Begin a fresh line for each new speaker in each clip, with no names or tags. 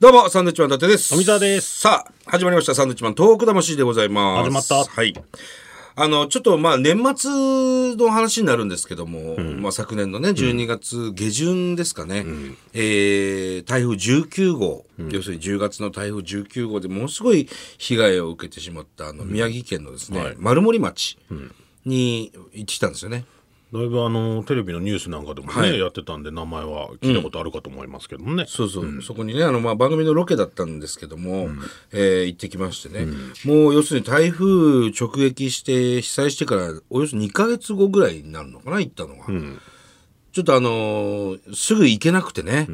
どうも、サンドウィッチマン伊達です。
富澤です。
さあ、始まりました、サンドウィッチマン、トーク魂でございます。
始まった
はい。あの、ちょっとまあ、年末の話になるんですけども、まあ、昨年のね、12月下旬ですかね、えー、台風19号、要するに10月の台風19号でものすごい被害を受けてしまった、あの、宮城県のですね、丸森町に行ってきたんですよね。
だいぶあのテレビのニュースなんかでもね、
はい
やってたんで名前は聞いたことあるかと思いますけどもね。
そうそう、そこにねあの、まあ、番組のロケだったんですけども、えー行ってきましてね、もう要するに台風直撃して被災してからおよそ2ヶ月後ぐらいになるのかな行ったのは、ちょっとあのーすぐ行けなくてね、う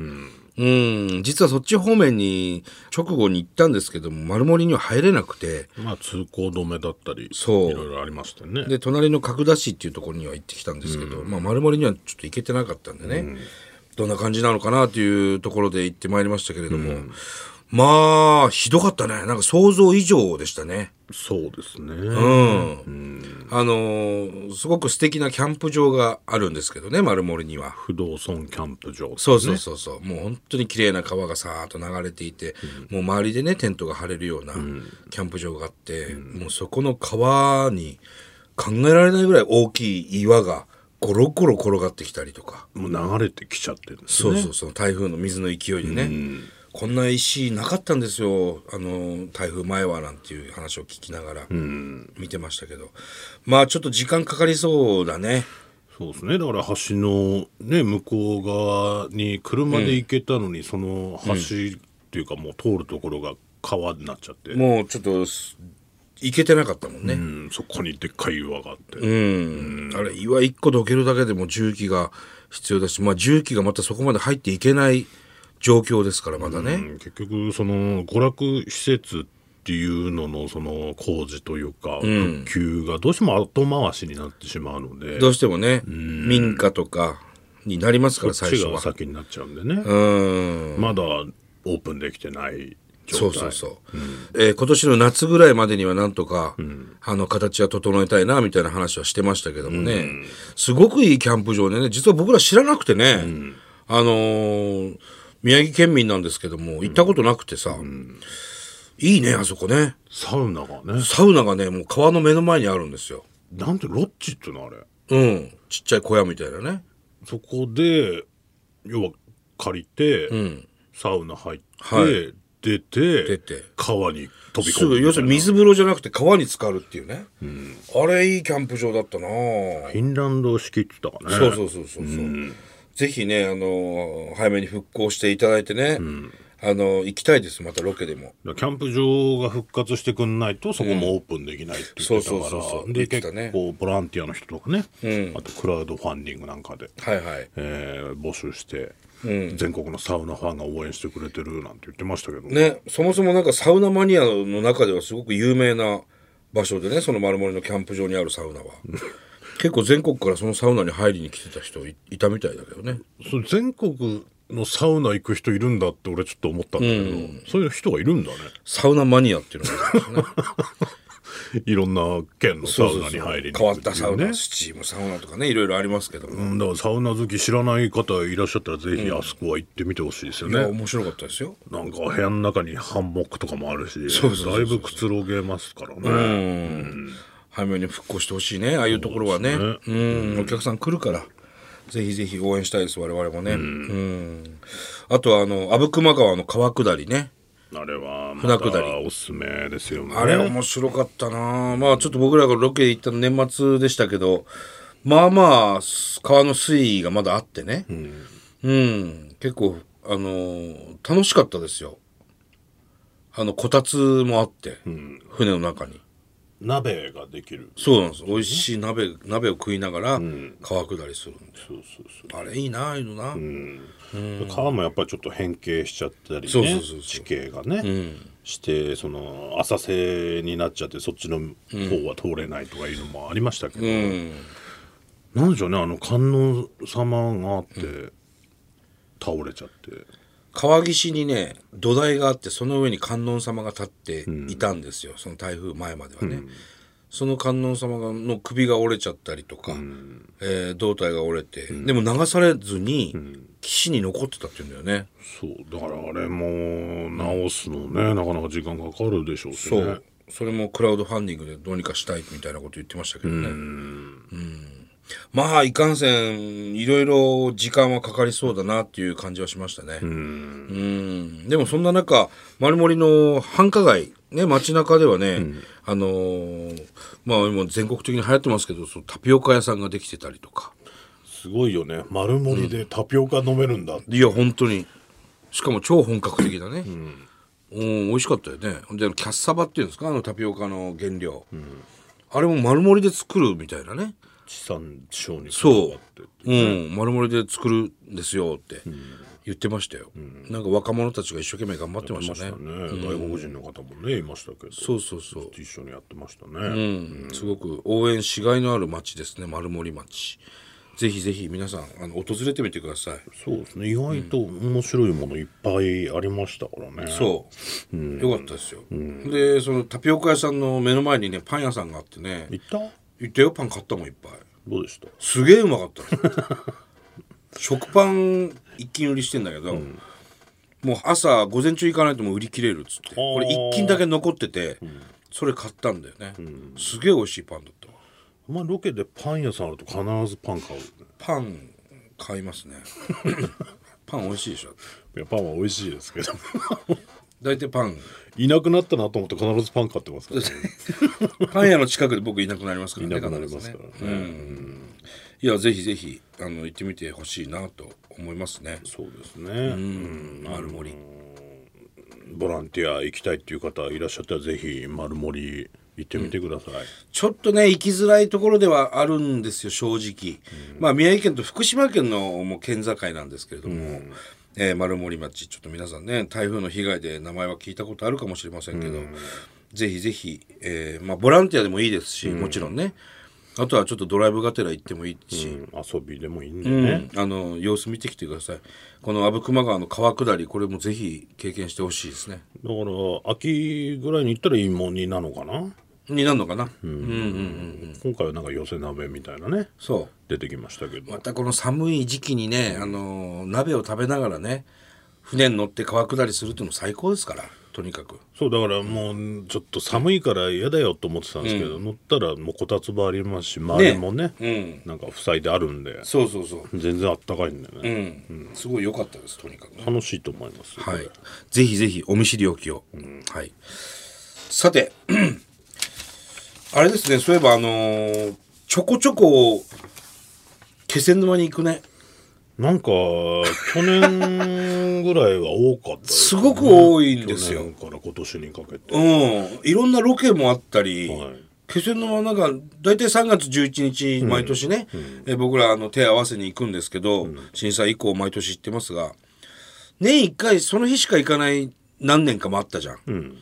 ん実はそっち方面に直後に行ったんですけども丸森には入れなくて
まあ通行止めだったり、
そう
いろいろありましたよね。
で隣の角田市っていうところには行ってきたんですけど、まあ、丸森にはちょっと行けてなかったんでね、どんな感じなのかなというところで行ってまいりましたけれども、まあひどかったねなんか想像以上でしたね。
そうですね。
うんあのーすごく素敵なキャンプ場があるんですけどね丸森には。
不動村キャンプ場。
そうそうそうそう、もう本当に綺麗な川がさーっと流れていて、もう周りでねテントが張れるようなキャンプ場があって、もうそこの川に考えられないぐらい大きい岩がゴロゴロ転がってきたりとか、
もう流れてきちゃってるんです
そ
ね。
うそうそう台風の水の勢いでね、こんな石なかったんですよあの台風前はなんていう話を聞きながら見てましたけど、まあちょっと時間かかりそうだね。
そうですね。だから橋のね向こう側に車で行けたのに、その橋っていうかもう通るところが川になっちゃって、うん
もうちょっとす行けてなかったもんね。
そこにでっかい岩があって、
うん、あれ岩1個どけるだけでも重機が必要だし、まあ、重機がまたそこまで入っていけない状況ですからまだね、
うん結局その娯楽施設っていうののその工事というか復旧がどうしても後回しになってしまうので、
ど
こ
うしてもね、民家とかになりますから
っ
最
ち
初
が
は
先になっちゃうんでね、
うん
まだオープンできてない
そ
状態
うそうそう、えー今年の夏ぐらいまでにはなんとか、あの形は整えたいなみたいな話はしてましたけどもね、すごくいいキャンプ場でね実は僕ら知らなくてね、あのー宮城県民なんですけども行ったことなくてさ、いいねあそこね
サウナがね
サウナがねもう川の目の前にあるんですよ
なんてロッジっていうのあれ
うんちっちゃい小屋みたいなね
そこで要は借りて、サウナ入って、
はい
出て
出て
川に飛び込むみたいな
すぐ要するに水風呂じゃなくて川に浸かるっていうね、あれいいキャンプ場だったなぁ
フィンランド式って言ったかね
そうそうそうそうそう。ぜひね、あのー早めに復興していただいてね、あのー行きたいです、またロケでも。
だからキャンプ場が復活してくんないとそこもオープンできないって言ってた
うんそうそ
か
うそうそう
ら
言
で
ってた
結
ね
構ボランティアの人とかね、あとクラウドファンディングなんかで、
はいはい。
えー募集して、全国のサウナファンが応援してくれてるなんて言ってましたけど、
ね、そもそもなんかサウナマニアの中ではすごく有名な場所でね、その丸森のキャンプ場にあるサウナは。結構全国からそのサウナに入りに来てた人いいたみたいだけどね。
その全国のサウナ行く人いるんだって俺ちょっと思ったんだけど、そういう人がいるんだね
サウナマニアっていう のがあるんですね。
いろんな県のサウナに入りに行くていうね
変わったサウナ、スチームサウナとかね、いろいろありますけども。
うんだからサウナ好き知らない方いらっしゃったらぜひあそこは行ってみてほしいですよ
い
ね、
や面白かったですよ。
なんか部屋の中にハンモックとかもあるし
そうそうそうそう
だいぶくつろげますからね、
早めに復興してほしいねああいうところはねう
そ
んお客さん来るからぜひぜひ応援したいです我々もねうんあとはあの阿武隈川の川下りね
あれはま
船下
たおすすめですよね
あれ面白かったなまあちょっと僕らがロケ行ったの年末でしたけどまあまあす川の水位がまだあってねうん、結構あのー楽しかったですよあのこたつもあって、船の中に
鍋ができる
そうなんです。美味しい鍋、鍋を食いながら川下りするんです。
そうそうそ
あれいいな、ああいうのな。
う川もやっぱりちょっと変形しちゃったりね
そうそうそうそう
地形がね、してその浅瀬になっちゃってそっちの方は通れないとかいうのもありましたけど、なんでしょうねあの観音様があって、倒れちゃって
川岸にね、土台があって、その上に観音様が立っていたんですよ。その台風前まではね。その観音様がの首が折れちゃったりとか、えー胴体が折れて、でも流されずに、岸に残ってたっていうんだよね。
そうだからあれも直すのね、なかなか時間かかるでしょうし
そう、
ね
それもクラウドファンディングでどうにかしたいみたいなこと言ってましたけどね。うんまあ、いかんせん、いろいろ時間はかかりそうだなっていう感じはしましたね。うんでもそんな中、丸森の繁華街、ね、街中ではね、あのーまあ今全国的に流行ってますけど、そのタピオカ屋さんができてたりとか。
すごいよね丸森でタピオカ飲めるんだ、
いや、本当に。しかも超本格的だね。うん、美味しかったよね。で、キャッサバっていうんですか、あのタピオカの原料。あれも丸森で作るみたいなね。
地産地消に
そう
こだわって
うん、丸森で作るんですよって言ってましたよ。なんか若者たちが一生懸命頑張ってま
ま
し
したた
ね
ね。外国人の方もねいましたけど
そうそうそう。
一緒にやってましたね、
うん、すごく応援しがいのある町ですね、丸森町。ぜひぜひ皆さん、あの、訪れてみてください。
そうですね意外と面白いものいっぱいありましたからね、
そう、よかったですよ、でそのタピオカ屋さんの目の前にねパン屋さんがあってね
行った
行ったよパン買ったもんいっぱい
どうでした
すげえうまかった の食パン一斤売りしてんだけど、もう朝午前中行かないともう売り切れるっつってこれ一斤だけ残ってて、それ買ったんだよね、すげえ美味しいパンだったわ
まあロケでパン屋さんあると必ずパン買う、ね、
パン買いますね パン美味しいでしょ
いやパンは美味しいです けど
大体パン
いなくなったなと思って必ずパン買ってますから、ね、
パン屋の近くで僕いなくなりますからね
いなくなります
必
か
ず
ら
ね
ね
いやぜひぜひあの行ってみてほしいなと思いますね。
そうですね、うん、丸森ボランティア行きたいっていう方いらっしゃったらぜひ丸森行ってみてください、
ちょっとね行きづらいところではあるんですよ正直。まあ宮城県と福島県のもう県境なんですけれども、えー丸森町ちょっと皆さんね台風の被害で名前は聞いたことあるかもしれませんけど、ぜひぜひ、えーまあボランティアでもいいですし、もちろんねあとはちょっとドライブがてら行ってもいいし。
うん遊びでもいいんでね、
あの様子見てきてくださいこの阿武隈川の川下りこれもぜひ経験してほしいですね
だから秋ぐらいに行ったらいいもんになのかな、
になるのかな、
今回はなんか寄せ鍋みたいなね
そう
出てきましたけど、
またこの寒い時期にねあの鍋を食べながらね船に乗って川下りするっていうのも最高ですからとにかく
そうだからもうちょっと寒いから嫌だよと思ってたんですけど、乗ったらもうこたつ場ありますし周りもね
うん
なんか塞いであるんで
そうそうそう
全然あったかいんで
う
ね、
ん、すごい良かったですとにかく
楽しいと思います、
はい、ぜひぜひお見知りおきを、はいさて あれですねそういえばあのーちょこちょこ気仙沼に行くね
なんか去年ぐらいは多かった です
ごく多いんですす
よ
よ。
去年から今年にかけて、
うん、いろんなロケもあったり、
はい
気仙沼なんか大体3月11日毎年ね、え僕らあの手合わせに行くんですけど、震災以降毎年行ってますが年1回その日しか行かない何年かもあったじゃん。
うん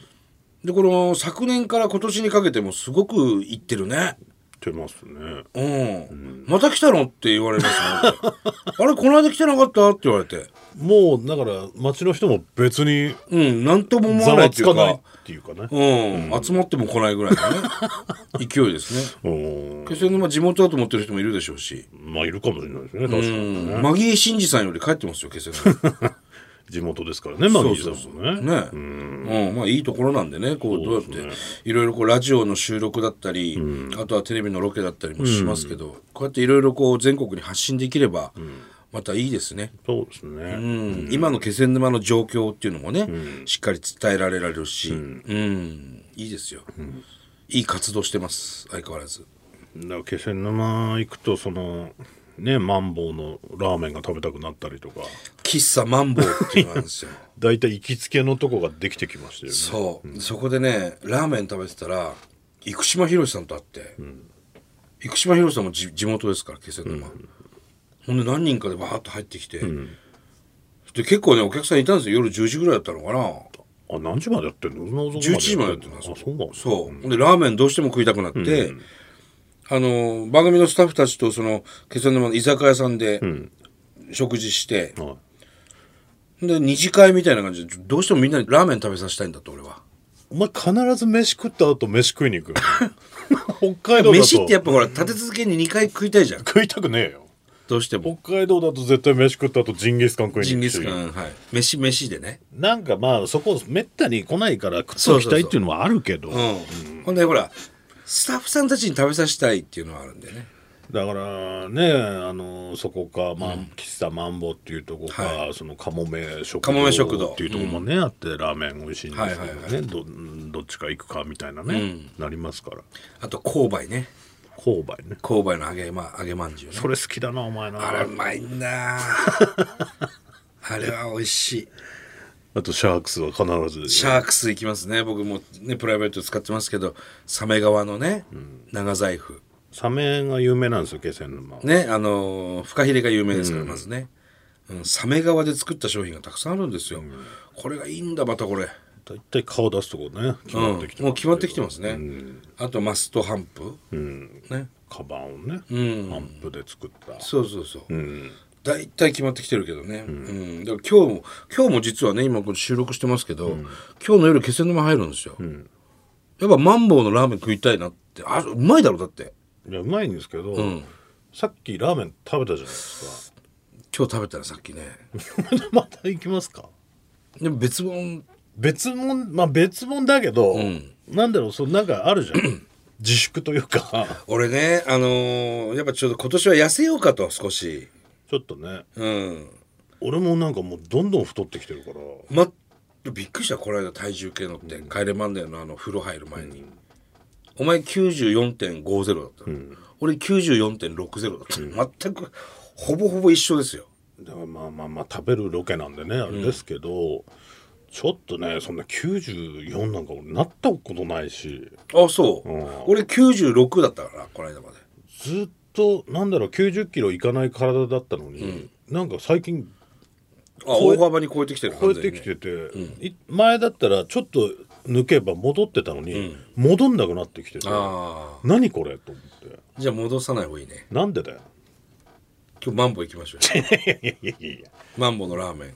でこの昨年から今年にかけてもすごく行ってるね。
ってますね
うん、また来たのって言われますね。 あれこの間来てなかったって言われて。
もうだから街の人も別に
うん、なんとも思
ざ
わない
わ
って
つ
い
か
う
ないっ
か。
ていうかね
うん、集まっても来ないぐらいのね 勢いですね。
うん
気仙沼地元だと思ってる人もいるでしょうし、
まあいるかもしれないですね確かにね、
マギー真司さんより帰ってます よ気仙沼
地元ですからねマギーさんもね
ねうん、まあいいところなんでねこうどうやっていろいろこうラジオの収録だったり、あとはテレビのロケだったりもしますけど、こうやっていろいろこう全国に発信できれば、またいいですね、
そうですね、
うん今の気仙沼の状況っていうのもね、しっかり伝えられられるし、うんいいですよ、いい活動してます相変わらず
だから気仙沼行くとそのねマンボウのラーメンが食べたくなったりとか
喫茶マンボウっていうのがあるんです よ
大体行きつけのとこができてきましたよね
そう、そこでねラーメン食べてたら生島ひろしさんと会って、生島ひろしさんもじ地元ですから気仙沼、ほんで何人かでバーッと入ってきて、で結構ねお客さんいたんですよ夜10時ぐらいだったのかな
あ何時までやってんのそんな遅く
11時までやって
んの
ま
あ
す
そうなんだ
そう、ほんでラーメンどうしても食いたくなって、あの番組のスタッフたちとその気仙沼の居酒屋さんで食事して、
はい
で二次会みたいな感じでどうしてもみんなにラーメン食べさせたいんだと俺は
お前必ず飯食った後飯食 いに行くよね北海道だと
飯ってやっぱほら立て続けに2回食いたいじゃん
食いたくねえよ
どうしても
北海道だと絶対飯食った後ジンギスカン食いに
ジンギ
行く
ス
し
カンはい飯飯でね
なんかまあそこめったに来ないから食っておきたいっていうのはあるけど
うんほんでほらスタッフさんたちに食べさせたいっていうのはあるんでね
だからねあのそこか、まあ喫茶マンボっていうとこか、
は
そのカモメ食堂
カモメ食堂
っていうとこもね、あってラーメン美味しいんですけどね、
はいはいは
どどっちか行くかみたいなね、なりますから
あと勾配ね
購買ね
勾配の揚げ,、ま、揚げまんじゅうね
それ好きだなお前な
あれう
あ
まいんだあれは美味しい
とシャークスは必ず
シャークス行きますね僕もねプライベートで使ってますけどサメ側のね、長財布
サメが有名なんですよ気仙沼は
ねあのーフカヒレが有名ですから、まずね、うん、サメ側で作った商品がたくさんあるんですよ、これがいいんだまたこれ、
大体顔出すとこね決
うん、
ま
も
っ
う
てきてますけど
決まってきてますね、あとマストハンプ、ね
カバンをね、アンプで作った
そうそうそう、大体決まってきてるけどね、うんだから今日も今日も実はね今これ収録してますけど、今日の夜気仙沼入るんですよ、やっぱマンボウのラーメン食いたいなってあうまいだろだって
いやうまいんですけど、さっきラーメン食べたじゃないです
今日食べたらさっきね
か また行きますか
でも別物
別物まあ別物だけど、なんだろうそのなんかあるじゃ ん自粛というか
俺ねあのーやっぱちょっと今年は痩せようかと少し
ちょっとね
うん
俺もなんかもうどんどん太ってきてるから
まびっくりしたこの間体重計乗って、帰れマンデーのあの風呂入る前に、お前94.50だったの、俺94.60だったの、全くほぼほぼ一緒ですよ
だからまあまあまあ食べるロケなんでねあれですけど、ちょっとねそんな94なんか俺なったことないし
あそう、俺96だったからこの間まで
ずっとなんだろう90キロいかない体だったのに、なんか最近
あ大幅に超えてきてる完
超えて
全に
きてて、い前だったらちょっと抜けば戻ってたのに、戻んなくなってきてて
あ
何これと思って
あじゃあ戻さない方がいいね
なんでだよ
今日マンボウ行きましょ うよ
いやいやいやいや
マンボウのラーメ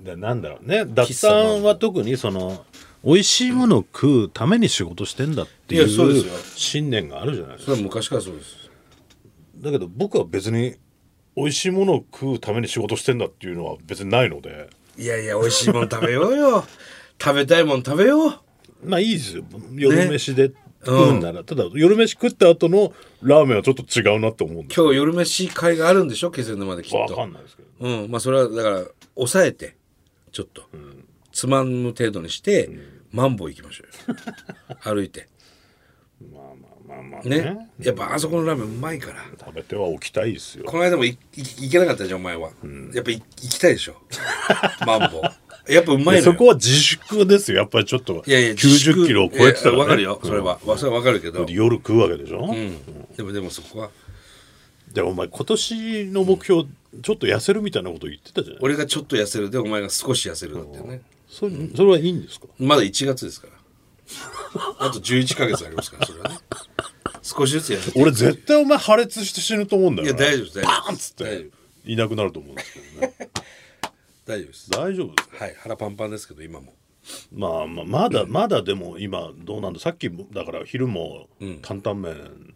ン
だなんだろうね脱炭は特にその美味しいものを食うために仕事してんだってい
いやそうです
う
よ
信念があるじゃないです
そ
か
れは昔からそうです
だけど僕は別に美味しいものを食うために仕事してんだっていうのは別にないので
いやいや、美味しいもん食べようよ。食べたいもん食べよう。
まあいいですよ夜飯で食うんなら、ただ夜飯食った後のラーメンはちょっと違うなって思うんですよ
今日夜飯会があるんでしょ気仙沼できっ
わか
と。
んないですけど
うん。まあそれはだから、抑えて、ちょっと、つまむ程度にして、マンボウ行きましょうよ。 歩いて。
まあまあまあまあね
ね。やっぱあそこのラーメンうまいから。
食べてはおきたいですよ
この間もいい行けなかったじゃん、お前は。やっぱい行きたいでし ょ。マンボウ。やっぱうまいのよ。
そこは自粛ですよやっぱりちょっと
いやいや、
9 0キロを超えてたら、
いやいや
ね、
わかるよ。それは。わそれはわかるけ
う
ど
ん、。夜食うわけでしょ、
うん。でもでもそこは。
でお前今年の目標ちょっと痩せるみたいなこと言ってたじゃない
俺がちょっと痩せるで、お前が少し痩せるだってね。
それそれはいいんですか
まだ1月ですから。あと11ヶ月ありますから、それはね。少しずつやって。
俺絶対お前破裂して死ぬと思うんだ
い
よ
や、
な、
大丈夫です、大丈
パ
夫で
ンっつ
す。
っ
大丈夫
ていなくなると思うんですけどね
大丈夫です。
大丈夫ですか
はい、腹パンパンですけど、今も。
まあまあまだまだでも今どうなんださっきもだから昼も担々麺、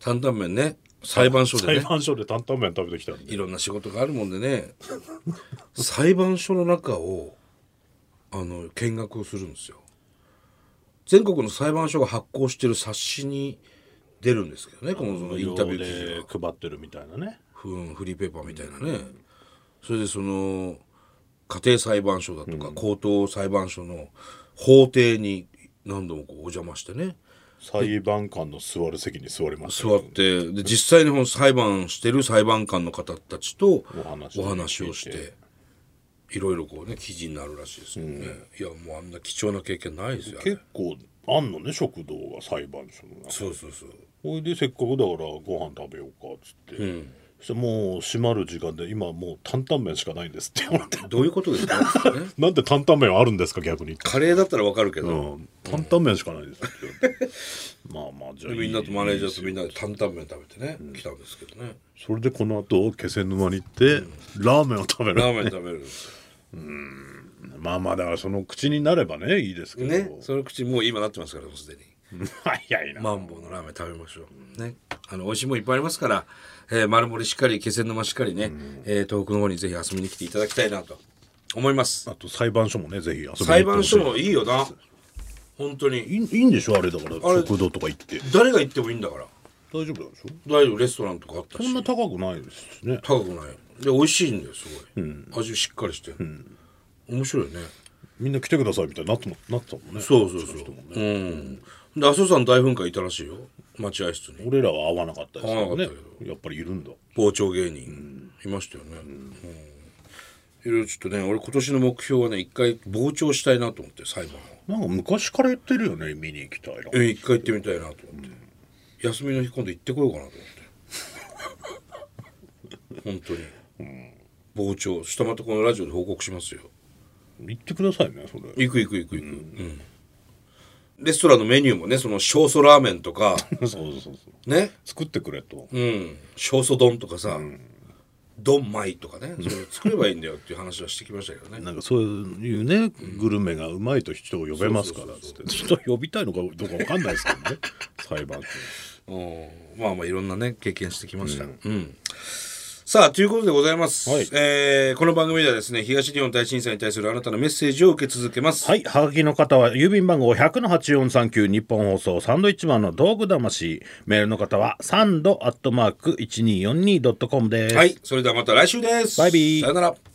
担々麺ね、裁判所で
裁
ね、
判所で担々麺食べてきたんで
いろんな仕事があるもんでね、裁判所の中を、あの、見学をするんですよ。全国の裁判所が発行してる冊子に出るんですけどね、このそのインタビュー記事が
無料で配ってるみたいなね
うん、フリーペーパーみたいなね、それでその家庭裁判所だとか、高等裁判所の法廷に何度もこうお邪魔してね
裁判官の座る席に座りました
座ってで実際にこの裁判してる裁判官の方たちと
お話
お話をしていろいろこうね記事になるらしいですけどね、いやもうあんな貴重な経験ないですよあれ
結構あんのね食堂が裁判所の中
そうそうそう
ほいでせっかくだからご飯食べようかっつって、そしてもう閉まる時間で今もう担々麺しかないんですって言われて
どういうことです かってね
なんで担々麺あるんですか逆に、
カレーだったらわかるけど、
うん、担々麺しかないですって言われてまあまあじゃあいい
みんなとマネージャーとみん
な
なで担々麺食べてね、来たんですけどね
それでこの後気仙沼に行って、ラーメンを食べる
ラーメン食べるんですよ
まあまあだからその口になればねいいですけど、
ねその口もう今なってますからもうすでに
早いな、
マンボウのラーメン食べましょうねあの美味しいもんいっぱいありますから、えー、丸森しっかり気仙沼しっかりね、えー東北の方にぜひ遊びに来ていただきたいなと思います
あと裁判所もねぜひ遊びに行ってほしい
裁判所もいいよな本当に
いいいいんでしょあれだから
れ
食堂とか行って
誰が行ってもいいんだから
大丈夫なんでしょ
大丈夫レストランとかあった
そ
し
んな高くないですしね
高くないで美味しいんだよすごい、味しっかりして、面白いね
みんな来てくださいみたいになってもなってたもんね
そうそうそううんで阿蘇山大噴火いたらしいよ待合室に
俺らは会わなかったですけどね
会わなかっ
やっぱりいるんだ
傍聴芸人いましたよね、うんいろいろちょっとね俺今年の目標はね一回傍聴したいなと思って裁判を
なんか昔から言ってるよね見に行きたいな
え一回行ってみたいなと思って、休みの日今度行ってこようかなと思って 本当に、傍聴そしたらまたこのラジオで報告しますよ
行ってくださいねそれ
行く行く行く行く、うんレストランのメニューもねその小ソラーメンとか
そうそうそうそう
ね
作ってくれと、
うん小ソ丼とかさ、丼米とかねそれを作ればいいんだよっていう話はしてきましたけどね
なんかそういうねグルメがうまいと人を呼べますからっつって人呼びたいのかどうかわかんないですけど ね裁判
おまあまあいろんなね経験してきました、うんさあということでございます、
はい
えーこの番組ではですね東日本大震災に対するあなたのメッセージを受け続けます、
はいはがきの方は郵便番号100-8439日本放送サンドイッチマンの道具魂メールの方はサンドアットマーク 1242.com です、
はい、それではまた来週です
バイビー
さよなら